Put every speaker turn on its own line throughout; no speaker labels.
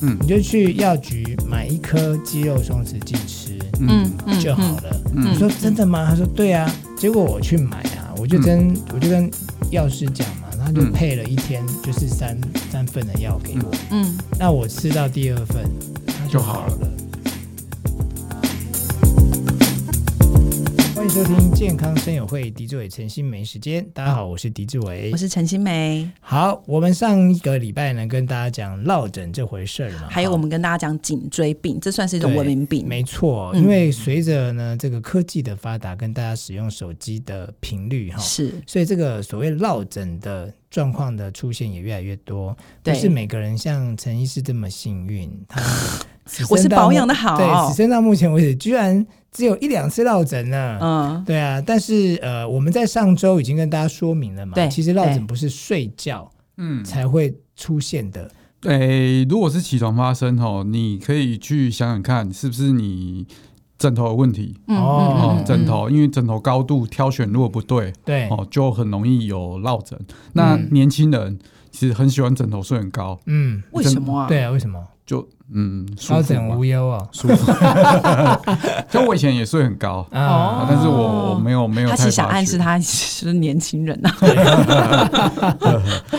嗯
你就去药局买一颗肌肉松弛剂吃
嗯
嗯嗯
就好
嗯
了。
嗯
我说真的吗？他说对啊。结果我去买啊，我就跟、我就跟药师讲嘛，他就
嗯
配了一天就是三三份的药给我。
嗯，
那我吃到第二份，它
就
就
好
好了。欢迎收听健康生友会，狄志伟、陈新梅时间。大家好，我是狄志伟
我。是陈心梅，
好，我们上一个礼拜呢，跟大家讲落枕这回事儿嘛，
还有我们跟大家讲颈椎病，这算是一
这
种文明病。
没错，
嗯
因为随着呢这个科技的发达，跟大家使用手机的频率哈，
是，
所以这个所谓落枕的状况的出现也越来越多，不
对
是每个人像陈医师这么幸运， 他此生
我是
到
保
目
养的好。
对，此生到目前为止，居然只有一两次落枕呢。
嗯，
对啊，但是呃，我们在上周已经跟大家说明了嘛，
对
其实落
对
枕不是睡觉
嗯，
才会出现的，
诶，哎如果是起床发生吼，你可以去想想看，是不是你枕头有问题
嗯
哦
哦？枕，头，因为枕头高度挑选如果不对
对，
哦，就很容易有落枕。那
嗯
年轻人其实很喜欢枕头睡很高，
嗯，
为什么啊？
对啊，为什么
就嗯舒
落
服
枕
嘛
无，忧哦？
舒服。 就我以前也睡很高，
啊
啊但是我我没有没有
哦他
太
其实想
发觉
暗示他是年轻人啊呐。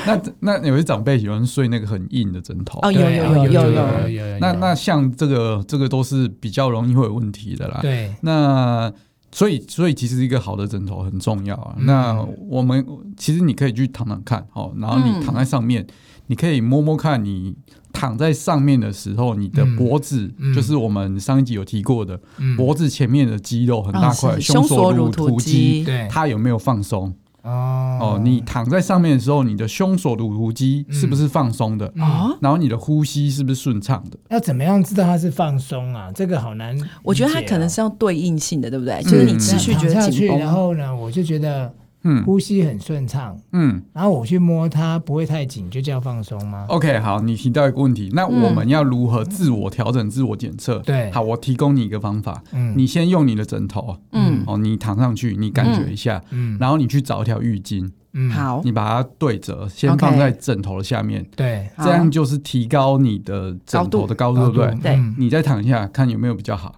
那那有些长辈喜欢睡那个很硬的枕头，
哦
对
有
啊
有有有
有
有
有
那那像这个这个都是比较容易会有问题的啦。
对，
那所以所以其实一个好的枕头很重要啊。
嗯
那我们其实你可以去躺躺看，哦，然后
嗯
你躺在上面，你可以摸摸看你。躺在上面的时候，你的
嗯
脖子、
嗯
就是我们上一集有提过的，
嗯
脖子前面的肌肉很大
哦
块，
是
胸锁
乳
突
肌，
对
它有没有放松？
哦
哦，你躺在上面的时候，你的胸锁乳突肌是不是放松的？
哦，
哦，
然后你的呼吸是不是顺畅的？
要怎么样知道它是放松啊？这个好难理解哦。
我觉得他可能是要对应性的，对不对？就是你持续觉
躺下
得
去，
紧
然
绷，
后呢，我就觉得
嗯
呼吸很顺畅，
嗯
然后我去摸它不会太紧，就叫放松吗？
，OK，好，你提到一个问题，那
嗯
我们要如何自我调整、自我检测？
对
好，我提供你一个方法，
嗯，
你先用你的枕头，
嗯，
哦，你躺上去，你感觉一下，
嗯
然后你去找一条浴巾，
嗯，
好，
你把它对折，先
OK
放在枕头的下面，
对，
好
这样就是提高你的枕头的高度，对不对？
对
嗯
你再躺一下，看有没有比较好。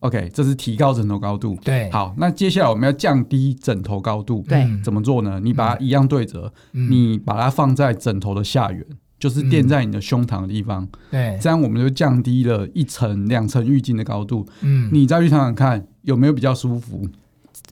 OK，这是提高枕头高度。
嗯对，
好，那接下来我们要降低枕头高度，
对
嗯
怎么做呢？你把它一样对折，
嗯
你把它放在枕头的下缘，就是垫在你的胸膛的地方，
对，
这样我们就降低了一层、两层浴巾的高度。
嗯
你再去想想看，有没有比较舒服？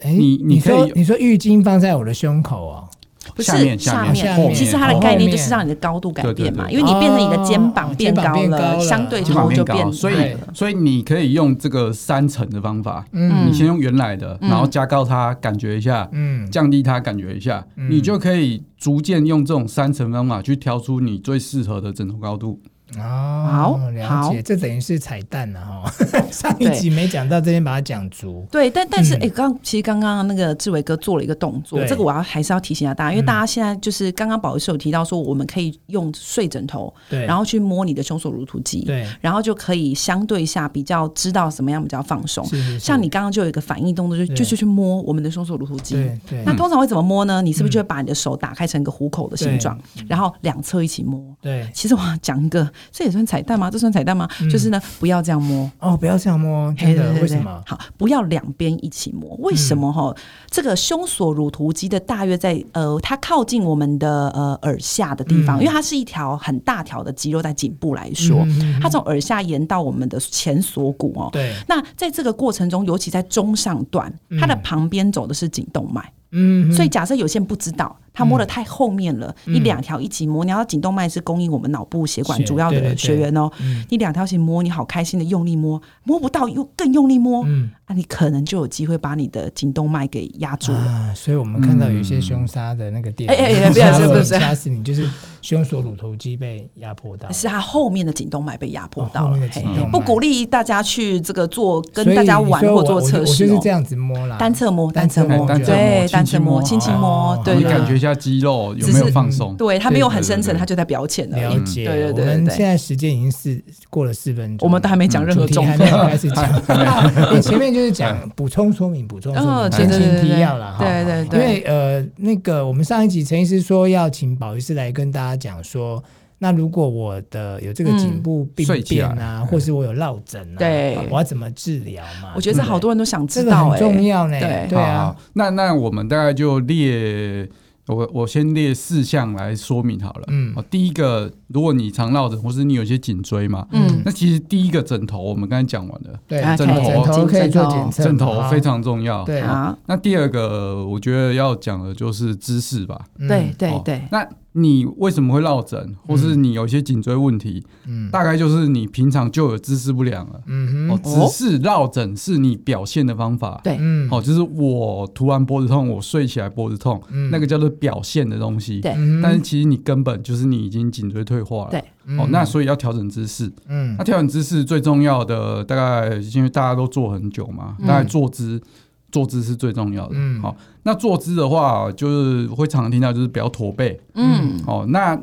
哎
你你
你说
可以
你说浴巾放在我的胸口哦，
不
下
是
面
下
面
下
后
面
面，
其实它的
哦
概念
后
就是
面
让你的高度改
对对
变嘛，
对
因为你变成你的肩
哦
膀
肩
变
膀
高
变高
了，
了
相对
肩膀
头就
变
变
高，所以
矮
了
所以你可以用这个三层的方法，
嗯
你先用原来的，
嗯
然后加高它，感觉一下。
嗯，
降低它，感觉一下，
嗯
你就可以逐渐用这种三层方法去挑出你最适合的枕头高度。
哦，
好
了
好
解，这等于是彩蛋了 哈、哦。上一集没讲到，这边把它讲足。
对，但但是
嗯
哎，诶刚、其实刚刚那个志伟哥做了一个动作
对，
这个我要还是要提醒一下大家，因为
嗯
大家现在就是刚刚宝仪是有提到说，我们可以用睡枕头，
对，
然
后
后去摸你的胸锁乳突肌，
对，
然后就可以相对下比较知道怎么样比较放松。
是是是
像你刚刚就有一个反应动作，就
对
就是去摸我们的胸锁乳突肌。
对对
那通常会怎么摸呢？你是不是
嗯
就会把你的手打开成一个虎口的形状，然后两侧一起摸？
对
其实我要讲一个，这也算彩蛋吗？这算彩蛋吗？
嗯
就是呢，不要这样摸。
哦，不要这样摸，真的为什么？嗯
好，不要两边一起摸。为什么哈？这个胸锁乳突肌的大约在呃，它靠近我们的呃耳下的地方，
嗯
因为它是一条很大条的肌肉，在颈部来说，
嗯
它从耳下延到我们的前锁骨哦。
对，
那在这个过程中，尤其在中上段，它的
嗯
旁边走的是颈动脉，
嗯
所以假设有些人不知道，他摸的太后面了，
嗯
你两条一起摸，你要颈动脉是供应我们脑部血管
血
主要
对对对
的学员哦，
嗯
你两条一起摸，你好开心的用力摸，摸不到又更用力摸，
嗯
啊，你可能就有机会把你的颈动脉给压住了。
啊，所以我们看到有一些凶杀的那个电影，
哎哎哎不
杀
要
了
不要不要
杀死你，就是胸锁乳头肌被压迫到，
是他后面的颈动脉被压迫到
哦后
了
面的，
嘿
颈动脉
不鼓励大家去这个做跟
所以
大家玩
你说
或
我
做测试
我就我就是
哦
这。样子摸啦，
单侧摸，
单
单
侧
侧
摸
摸，
单侧摸
对，
轻
单
轻
侧
摸
摸，轻轻摸
哦，
对
你
对
感觉
对
一下肌肉有
只
没有
是
放松？
对，它没有很
对对
深层，
对
它就在表浅而
了
已。
解。
嗯对对
我
对
们
对
现
对，
在时间已经是过了四分钟了，
我们都还没讲任
主
何
题
重
还
点哎
没。有开始 讲， 你前面就是讲补充说明、补充说
哦
明、
对
前
对
情
对
提
对
要了哈。
对对
因
对，
为呃，那个我们上一集陈医师说要请保医师来跟大家讲说，那如果我的有这个颈部病
嗯睡起
变
来
啊，或是我有落枕啊，
对
我要怎么治疗嘛？
我觉得这
对不对
好多人都想
这
知
个
道、欸，
很重要呢、
对
对啊
好，，那那我们大概就列，我我先列四项来说明好了。
嗯
哦，第一个，如果你常落枕，或是你有一些颈椎嘛，
嗯
那其实第一个枕头我们刚才讲完了，
对，
OK，
枕
枕
头
头
可以做检测，
枕头
好
非常重要。
对
好，
那第二个，我觉得要讲的就是姿势吧。
对，对
嗯
哦
对，
那你为什么会落枕，或是你有一些颈椎问题，
嗯
大概就是你平常就有姿势不良了。
嗯
哦
哼，，
只是落枕是你表现的方法。
对
嗯，
哦，就是我突然脖子痛，我睡起来脖子痛，
嗯
那个叫做表现的东西。
对
嗯哼，
但是其实你根本就是你已经颈椎退化了。
对
哦，那哦
嗯
所以要调整姿势。
嗯
那调整姿势最重要的，大概因为大家都坐很久嘛，
嗯
大概坐姿，坐姿是最重要的。
嗯
好，那坐姿的话，就是会常常听到就是不要驼背。
嗯，
哦，那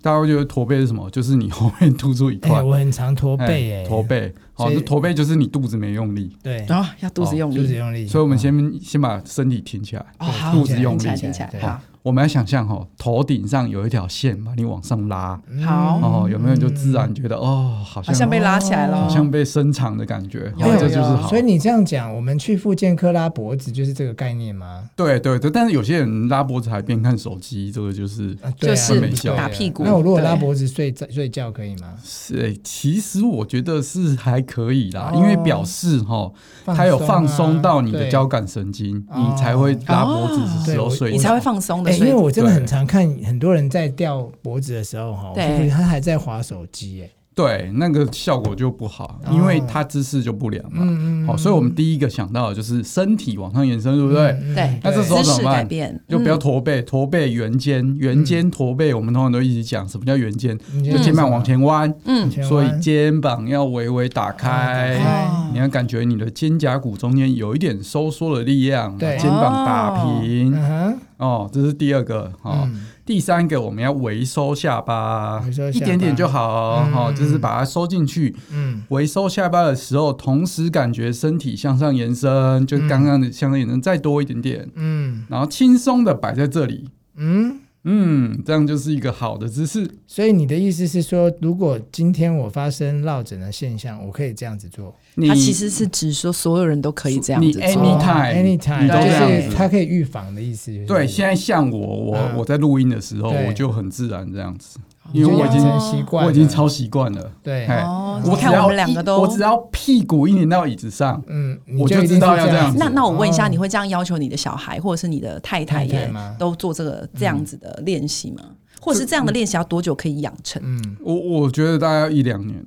大家会觉得驼背是什么？就是你后面突出一
哎、
块。
我很常驼背、哎、
驼，背，哦，
所以
那驼背就是你肚子没用力，
对，
然后啊要肚子用
哦肚子
力，
用力，
所以我们先先把身体挺起来，
哦，好，
肚子用力
听起来，听起来，
对
好，
我们要想象哦，头顶上有一条线把你往上拉，
嗯
好
哦，有没有就自然觉得哦，好
好
像
像被拉起来了，
好像被伸长的感觉，
有
哦
有
这就是好。
所以你这样讲，我们去复健科拉脖子就是这个概念吗？
对对对，但是有些人拉脖子还边看手机，这个就是
啊对啊
就是
没效
打屁股。
那我如果拉
对
脖子睡睡觉可以吗？
是、诶哎其实我觉得是还可以啦，
哦
因为表示哈，
放
它有
松啊
放松到你的
对
交感神经，
哦
你才会拉脖子的时候
哦
睡
你
觉。
才会放松的
哎、因
睡
为。我真的
对
很常看很多人在吊脖子的时候哈，我就
对
觉得他还在划手机、哎，
对，那个效果就不好，
哦
因为它姿势就不良嘛。
嗯
好、所以我们第一个想到的就是身体往上延伸，对不对？
嗯
对
那这时候
姿
怎么
势改
办？
变，
就不要
嗯
驼背，驼背圆肩，圆肩驼背，我们通常都一直讲什么叫圆肩，
你觉
就
得
肩膀往前弯，
嗯，
前弯，
所以肩膀要微微打
哦打开。
开
哦
你要感觉你的肩胛骨中间有一点收缩的力量，
对
肩膀打平
嗯哼，
哦，这是第二个哦。
嗯
第三个我们要微收下巴
微收，下巴
一点点就好
嗯
哦，就是把它收进去。
嗯
微收下巴的时候，同时感觉身体向上延伸，就刚刚的向上延伸再多一点点，
嗯
然后轻松的摆在这里，
嗯，
嗯，这样就是一个好的姿势。
所以你的意思是说，如果今天我发生落枕的现象，我可以这样子做，
你
它其实是指说所有人都可以这样
你
子
哦
any-
做，
anytime，
anytime，
你
都这样
就是
子
它可以预防的意思，就是
对，现在像我，我、
嗯
我在录音的时候，
对
我就很自然这样子，
你
因为
就
我已
养
经
成习惯了，
我已经超习惯了。
对，
哎
哦，
我
你
只
看
要
我们两
一
个都
我只要屁股一拧到椅子上，
嗯，你
我就
一定
知道
是
要这样子嗯
那那我问一下，
哦
你会这样要求你的小孩或者是你的太太
太太
也
吗
都做这个这样子的练习吗？
嗯
或者是这样的练习要多久可以养成？
嗯，
我我觉得大概要一两年。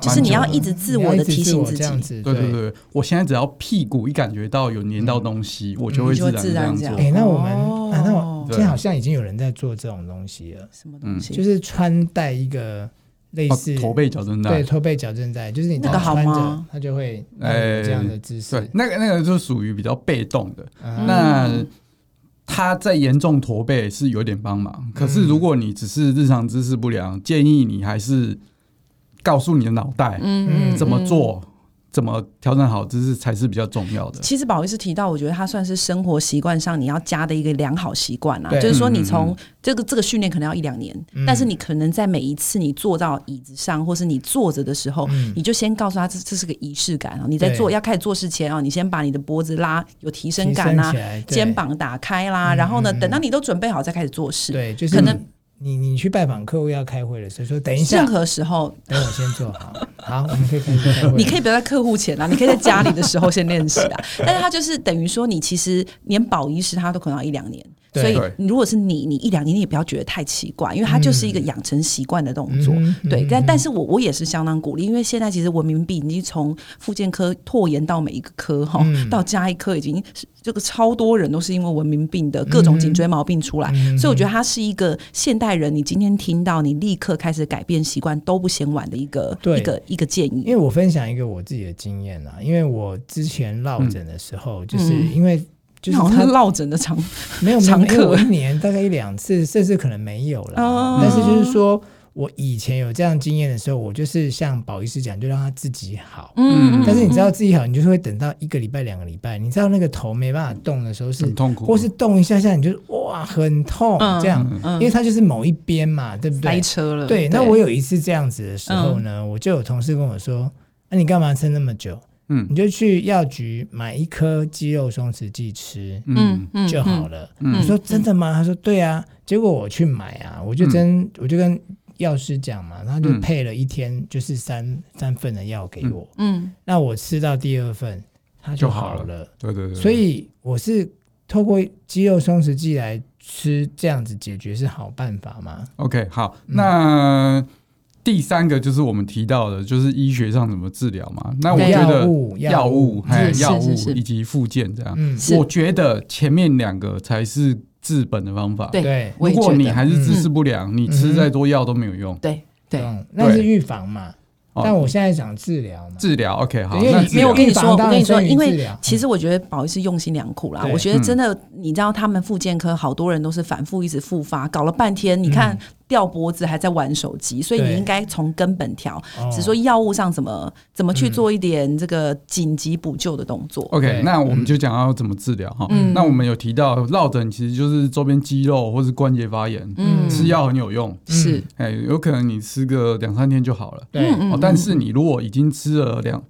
就是你要
蛮久
一直自我的提醒自
你要一直自我这样
己，
子，
对对。对，我现在只要屁股一感觉到有粘到东西，
嗯
我就会
你就会
自然这样
自然这
做
哎
样。，
那我们
哦
啊，那我
对
现在好像已经有人在做这种东西了，
什么东
嗯
西？
就是穿戴一个类似
哦驼背矫正带
对，驼背矫正带，就是你
那个好
穿着
吗，
它就会让你有这样的姿势。
对，那个那个就属于比较被动的。
嗯
那他在严重驼背是有点帮忙，可是如果你只是日常姿势不良，建议你还是告诉你的脑袋
嗯
怎么做，怎么调整好姿势才是比较重要的。
其实宝医师提到，我觉得它算是生活习惯上你要加的一个良好习惯啦，
对
就是说
嗯
你
嗯
从这个这个训练可能要一两年，
嗯
但是你可能在每一次你坐到椅子上或是你坐着的时候，
嗯
你就先告诉他这这是个仪式感啊，你在做
对
要开始做事前啊，你先把你的脖子拉有提
提
升感啊
起，来对
肩膀打开啦，
嗯
然后呢，
嗯
等到你都准备好再开始做事。
对，就是
可
你
能啊
你你去拜访客户要开会的时候，说等一下
任，何时候，
等我先做好，好，我们可以开始开会。
你可以不要在客户前啊啦，你可以在家里的时候先练习啦。 但是他就是等于说，你其实连保医师他都可能要一两年，
对
所以
对
你如果是你，你一两年你也不要觉得太奇怪，因为它就是一个养成习惯的动作。
嗯哼
对
嗯，
但
哼
但是我我也是相当鼓励，因为现在其实文明病已经从复健科拓延到每一个科哈，
嗯
到加医科已经是这个超多人都是因为文明病的各种颈椎毛病出来，
嗯
所以我觉得它是一个现代人，你今天听到你立刻开始改变习惯都不嫌晚的一个
对
一个一个建
因为
议。
我分享一个我自己的经验啦，因为我之前落枕的时候，就是
嗯
因为就是
好像
他
是哦落枕的长
没有没有
常
因为
客
我一年大概一两次，甚至可能没有啦。
哦
但是就是说我以前有这样经验的时候，我就是像宝医师讲，就让他自己好。
嗯
但是你知道自己好，你就是会等到一个礼拜、两个礼拜，你知道那个头没办法动的时候是
很，痛苦，
或是动一下下，你就哇很痛
嗯
这样，
嗯
因为它就是某一边嘛，对不
塞
对？
车了。
对，那我有一次这样子的时候呢，我就有同事跟我说：“那、你干嘛撑那么久？
嗯
你就去药局买一颗肌肉松弛剂吃
嗯
嗯
就好
了。
了。
嗯
我说：“真的吗？”他说：“对啊。”结果我去买啊，我就跟、我就跟药师讲嘛，然后就
嗯
配了一天就是三三份的药给我。
嗯
那我吃到第二份，它就
就好
好
了
了。
对对对，
所以我是透过肌肉松弛剂来吃，这样子解决是好办法吗？
OK 好，那第三个就是我们提到的，就是医学上怎么治疗嘛。那我觉
对
药
得
物，
药物、还
是
有药
是
物
是
以及附件这样，
嗯，
是
我觉得前面两个才是治本的方法。
对
对，
我
如
也
果
觉
你
得
还是姿势不良，你吃再多药都没有用。
对对，
懂那是预防嘛。
哦
嗯但我现在讲治疗嘛，
治疗 OK
对
好，
因为
那
你
治
没有，
疗
我跟你说，
预防当然
我跟你说，
胜于治
因为
疗
其
嗯
实我觉得保医是用心良苦啦。
对
我觉得真的，你知道他们复健科好多人都是反复一直复发，搞了半天，你
嗯
看掉脖子还在玩手机，所以
对
你应该从根本调，
哦
只是说药物上怎么怎么去做一点这个紧急补救的动作。
OK，
对
那我们就讲要怎么治疗哈。
嗯
那我们有提到落枕其实就是周边肌肉或是关节发炎，
嗯，
吃药很有用，
是，嗯
哎，有可能你吃个两三天就好了。
对，
哦，但是你如果已经吃了两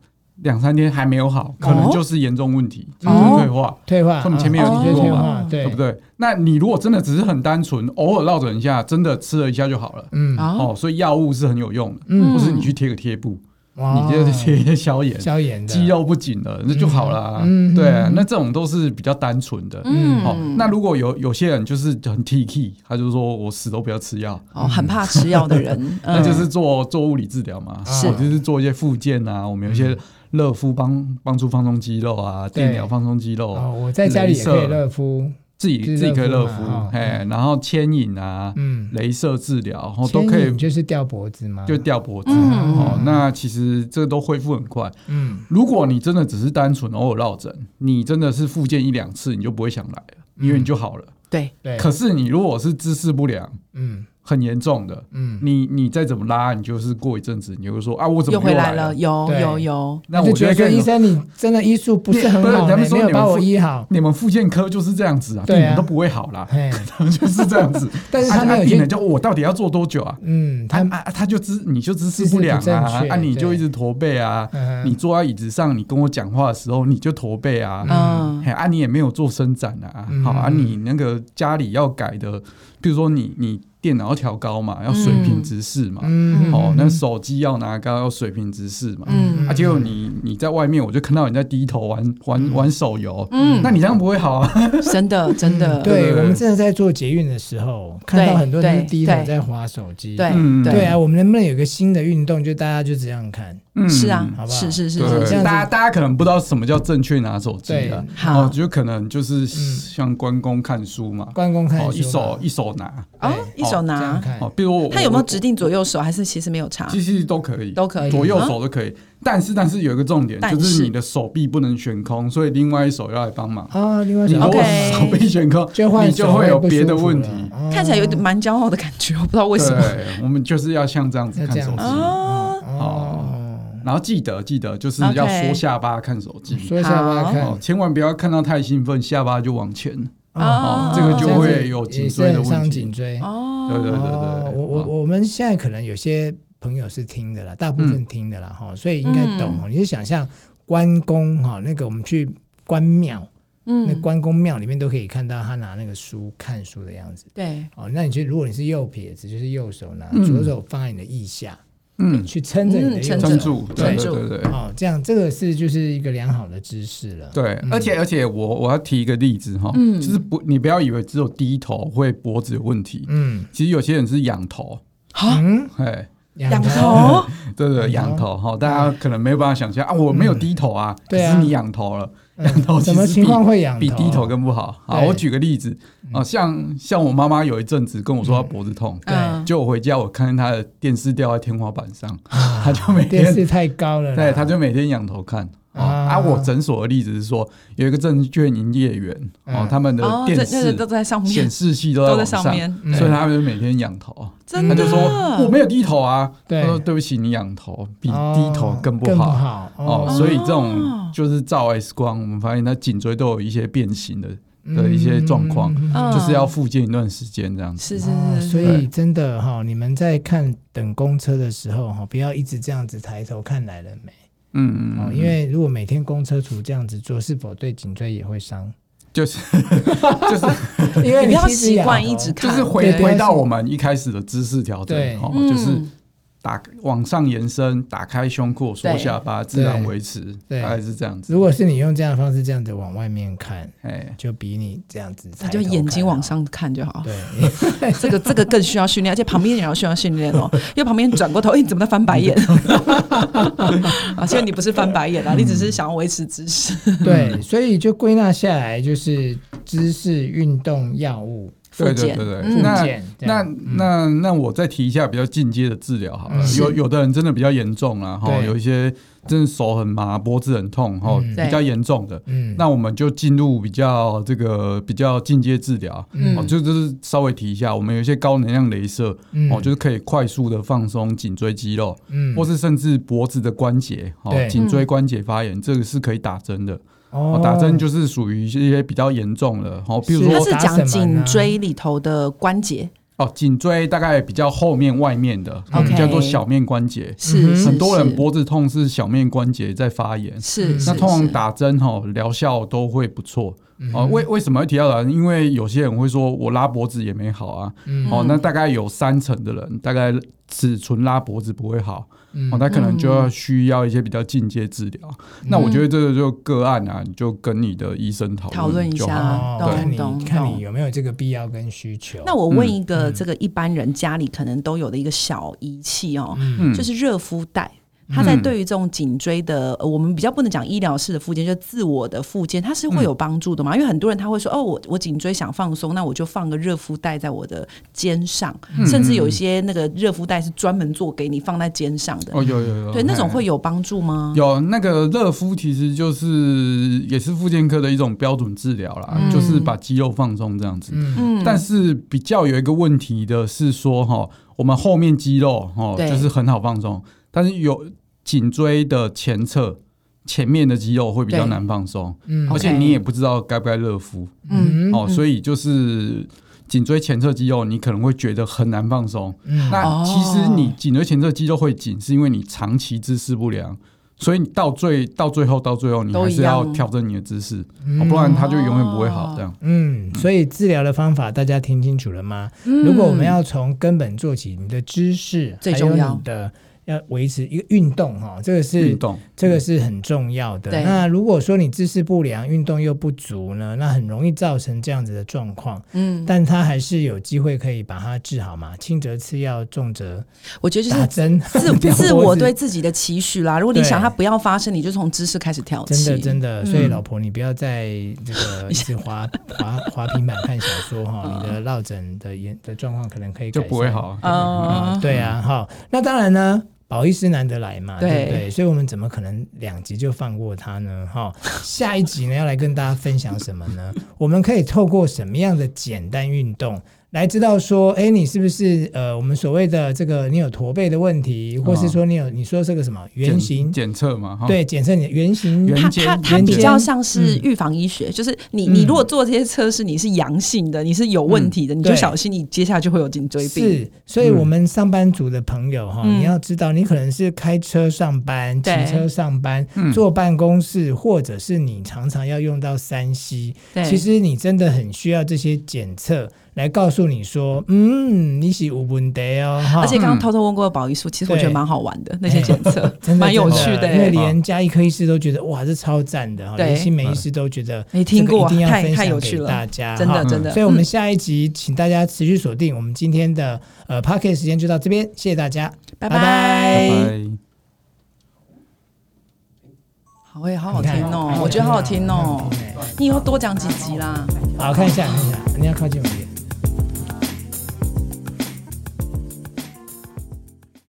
两三天还没有好，可能就是严重问题，精神退化，
退化，
他们前面
啊
有
的确
提
退
过
化
嘛，
对
对不？对？那你如果真的只是很单纯，偶尔落枕一下，真的吃了一下就好了。
嗯
哦，
哦，所以药物是很有用的，
嗯
或是你去贴个贴布，
哇
你就是贴一些消炎，
消炎的
肌，肉不紧了，那就好了。
哦嗯嗯
对
嗯
啊，那这种都是比较单纯的。
嗯
好、那如果有有些人就是很 T K，他就说我死都不要吃药，
哦，很怕吃药的人，嗯
那就是做做物理治疗嘛，
是嗯
哦就是做一些复健啊，我们有一些热敷帮帮助放松肌肉啊，
对
电疗放松肌肉，
哦，我在家里也可以
镭射
热敷，
自己
就是
自己可以
热
热
敷嘛
敷
哦，
哎、然后牵引啊，
嗯，
镭射治疗，然哦后都可
牵
以
引就是掉脖子吗？
就掉脖子。
嗯
哦，那其实这个都恢复很快。
嗯，
如果你真的只是单纯偶尔落枕，你真的是复健一两次，你就不会想来了，因为你就好了。
对，
嗯对，
可是你如果是姿势不良，
嗯
很严重的，
嗯，
你你再怎么拉，你就是过一阵子，你就会说啊，我怎么
又回
来
来了，？有
对
有有，
那
就
我
觉
就会
得说
跟你
医
说，
生你真的医术不是很
不是
好呢，
咱们说
没有
你们
把我
复
医好，
你们复健科就是这样子啊，
对啊
你们都不会好啦，
嘿，
就是这样子。
但是他
啊
没
啊
有
病
去
人，就我到底要做多久啊？
嗯，
他
他
啊啊他就姿你就姿势不良
姿势不
啊
正，确
啊你就
对
一直驼背啊，
嗯
你坐在椅子上，你跟我讲话的时候你就驼背啊，
嗯
嘿啊，你也没有做伸展啊，
嗯
好啊，你那个家里要改的，比如说你你电脑要调高嘛，要水平直视嘛，
嗯
哦，那手机要拿高要水平直视嘛，
嗯
啊，结果你你在外面我就看到你在低头玩玩玩手游，
嗯，
那你这样不会好啊，
真的真的，
对
嗯对
对
我
对
们真的在做捷运的时候，看到很多人是低头
对
在划手机。
对
嗯
对啊，我们能不能有个新的运动，就大家就这样看？
嗯
是啊
好，不好
是是是
对
是
这样
是
子，
大家大家可能不知道什么叫正确拿手机
对，
啊，哦
好，，嗯
就可能就是像关公看书嘛，
关公看
哦，
书
一
嘛
手一手拿，
哦
对，
一手
这样
拿，
看
哦，比如我
他有没有
我
指定左右手，还是其实没有差？
其实都可以，
都可以啊
左右手都可以。但是但是有一个重点，
但是
就是你的手臂不能悬空，所以另外一手要来帮忙。
啊，另外
你
手
如果
OK
手臂悬空，
就换
你
手
就会有
不舒
别的
服
问
了
题。
哦
看起来有
嗯
点蛮骄傲的感觉，我不知道为什么。
对，啊我们就是要像这样子
要
看
这
手
样
机，
子
哦，
哦，
然后记得记得就是
OK
要缩下巴看手机。
说一下吧，
好
哦
看，
千万不要看到太兴奋，下巴就往前。
哦
哦，这个
啊这
就
样子
会有
也
颈
是
椎的
很伤
问
颈
题。
椎。
哦，
对对对对，
哦我我
哦
我们现在可能有些朋友是听的啦，大部
嗯
分听的啦哈、所以应该懂。哦
嗯
你就想象关公哈，那个我们去关庙，
哎
那
嗯，
关公庙里面都可以看到他拿那个书看书的样子。
对，
哦，那你就如果你是右撇子，就是右手拿，
嗯
左手放在你的腋下，
嗯，
去撑着你的
嗯
右
撑
撑
手。
住，
对
对对对对。
哦，这样这个是就是一个良好的姿势了。
对，而且而且我我要提一个例子哈，
嗯
就是不你不要以为只有低头会脖子有问题，
嗯
其实有些人是仰头，
好，
嗯，
哎，
仰头，
对对，仰头哈，大家可能没有办法想象啊，我没有低头啊，可
对啊
是你仰头了，
嗯
仰头
什
其实
么情
比
况会仰头？
比低头更不好。好，
对嗯
我举个例子啊，像像我妈妈有一阵子跟我说她脖子痛，
对
嗯
就我回家我看见她的电视掉在天花板上，她就每
啊电
天
视太高了啦。
对，她就每天仰头看，哦啊，我诊所的例子是说，有一个证券营业员哦
嗯，
他们的
哦，这
电
这这都
视
在上面
显，示器都在
都在
往
上
上，
面，
嗯
所以他们就每天仰头。
真
他
的。
就
嗯
说我没有低头啊，
对
他说对不起，你仰头比
哦
低头更不
更不
好。
好
哦，所以这种就是照 X 光，我们发现他颈椎都有一些变形的，的一些状况
嗯嗯嗯嗯嗯
嗯
就是要啊复健一段时间这样子。
是是
哦
是，
所
是
以真的哈、你们在看等公车的时候哈、不要一直这样子抬头看来了没
嗯嗯
哦，
嗯，
因为如果每天公车族这样子做，是否对颈椎也会伤？
就是就是
因为
你不要
其实
习
仰
惯
头
一直
就
看，
是回
对
回到我们一开始的姿势调整
对，
哦，
嗯
就是打往上延伸，打开胸廓，缩
对
下巴，自然维持，
对
大概是这样子。
如果是你用这样的方式这样子往外面看，
哎，
就比你这样子
你
抬头
就眼睛
看
啊
往
好。
上看就好。
对，
这个这个更需要训练，而且旁边也要需要训练哦，因为旁边转过头，哎、你怎么在翻白眼？ 啊，所以你不是翻白眼啊，你只是想要维持姿势。
对，所以就归纳下来就是姿势、运动、药物、
对对
复健，
对对，
嗯
那
复健这
那
样
那那我再提一下比较进阶的治疗好了，
嗯
有有的人真的比较严重啦，哈，
对
有一些真的手很麻、脖子很痛，哈，
嗯
比较严重的，
嗯，
那我们就进入比较这个比较进阶治疗。
嗯
哦，就就是稍微提一下，我们有一些高能量镭射，
嗯
哦，就是可以快速的放松颈椎肌肉，
嗯
或是甚至脖子的关节，哦
对，
颈椎关节发炎，这个是可以打针的。
哦
哦，打针就是属于一些比较严重的，哦，比如
是
它
说
是
嗯打什么
讲
呢嗯
颈椎里头的关节，
哦，颈椎大概比较后面外面的，我
OK
们叫做小面关节。
是、
嗯
是
很多人脖子痛是小面关节在发炎，
是是
那通常
是
打针哈疗效都会不错。
嗯
哦，为为什么会提到打针？因为有些人会说我拉脖子也没好啊。
嗯
哦
嗯，
那大概有三成的人大概只纯拉脖子不会好，
嗯
哦，那可能就要需要一些比较进阶治疗。
嗯
那我觉得这个就个案啊，你就跟你的医生讨
讨论一
就好
下
哦
啊懂
看你
懂
看
懂
你有没有这个必要跟需求。
那我问一
嗯
个，这个一般人家里可能都有的一个小仪器哦，
嗯
就是热敷袋。它
嗯
在对于这种颈椎的，呃我们比较不能讲医疗式的附件，就自我的附件，它是会有
嗯
帮助的嘛？因为很多人他会说，哦，我我颈椎想放松，那我就放个热敷袋在我的肩上，
嗯
甚至有一些那个热敷袋是专门做给你放在肩上的，
哦，有有有，
对，那种
嘿
会有帮助
嗯
吗？
有那个热敷，其实就是也是复健科的一种标准治疗啦，
嗯
就是把肌肉放松这样子。
嗯
嗯，
但是比较有一个问题的是说，哈，我们后面肌肉哦，
对
就是很好放松，但是有颈椎的前侧、前面的肌肉会比较
对
难放松，
嗯
而
OK
且你也不知道该不该热敷
嗯
哦，所以就是颈椎前侧肌肉你可能会觉得很难放松。
嗯
哦
那其实你颈椎前侧肌肉会紧，是因为你长期姿势不良，所以你到最到最后到最后，你
都
还
一
是要
样嗯
调整你的姿势，哦不然它就永远不会好。这样，
嗯，所以治疗的方法大家听清楚了吗？如果我们要从根本做起，你的知识
嗯最重要
还有你的要维持一个运动哈，这个是
运动
这个是很重要的。
对
那如果说你姿势不良，运动又不足呢，那很容易造成这样子的状况。
嗯，
但他还是有机会可以把它治好嘛，轻则吃药，重则
我觉得就是
打针。 吊
自
脖子
自我对自己的期许啦。如果你
对
想它不要发生，你就从知识开始挑
真
起。
的真的，所以
嗯
老婆你不要再这 个一直滑滑滑平板看小说 哈，你的落枕的严的状况可能可以
就
改
不会
善。
好。
啊
嗯，
对啊，好，那当然呢，保医师难得来嘛，对
对
不对？所以我们怎么可能两集就放过他呢？哈，下一集呢要来跟大家分享什么呢？ 我们可以透过什么样的简单运动来知道说，哎，你是不是呃，我们所谓的这个你有驼背的问题，或
啊
是说你有你说这个什么
检
圆形？
检测嘛，哈，
对，检测你的圆形
圆
它
肩
它它
圆
比
肩
较像是预防医
嗯
学，就是你你如果做这些测试，你是阳性的，你是有问题的，你就
对
小心，你接下来就会有颈椎病。
是，所以我们上班族的朋友哈，
嗯
你要知道，你可能是开车上班、骑
对
车上班、
嗯
坐办公室，或者是你常常要用到三 C。
对，
其实你真的很需要这些检测来告诉你说，嗯，你是无问题哦，哈
而且刚刚偷偷问过保医术，其实我觉得蛮好玩的那些检测
真，的
蛮有趣
真
的
因为
欸。
连加医科医师都觉得哇，这超赞的哈，
对
连新美医师都觉得
没听
这个
过
一定要
太
分
太
享
有趣
给
了
大家，
真
哈
的真的，嗯
所以，我们下一集请大家持续锁定我们今天的呃 p o c k e t 时间就到这边，谢谢大家。
拜
拜拜
拜
拜。
拜。
好诶，好好哦听哦哦，我觉得好好听哦。你以后多讲几集啦。
好，看一下，看一下，你要靠近我一点。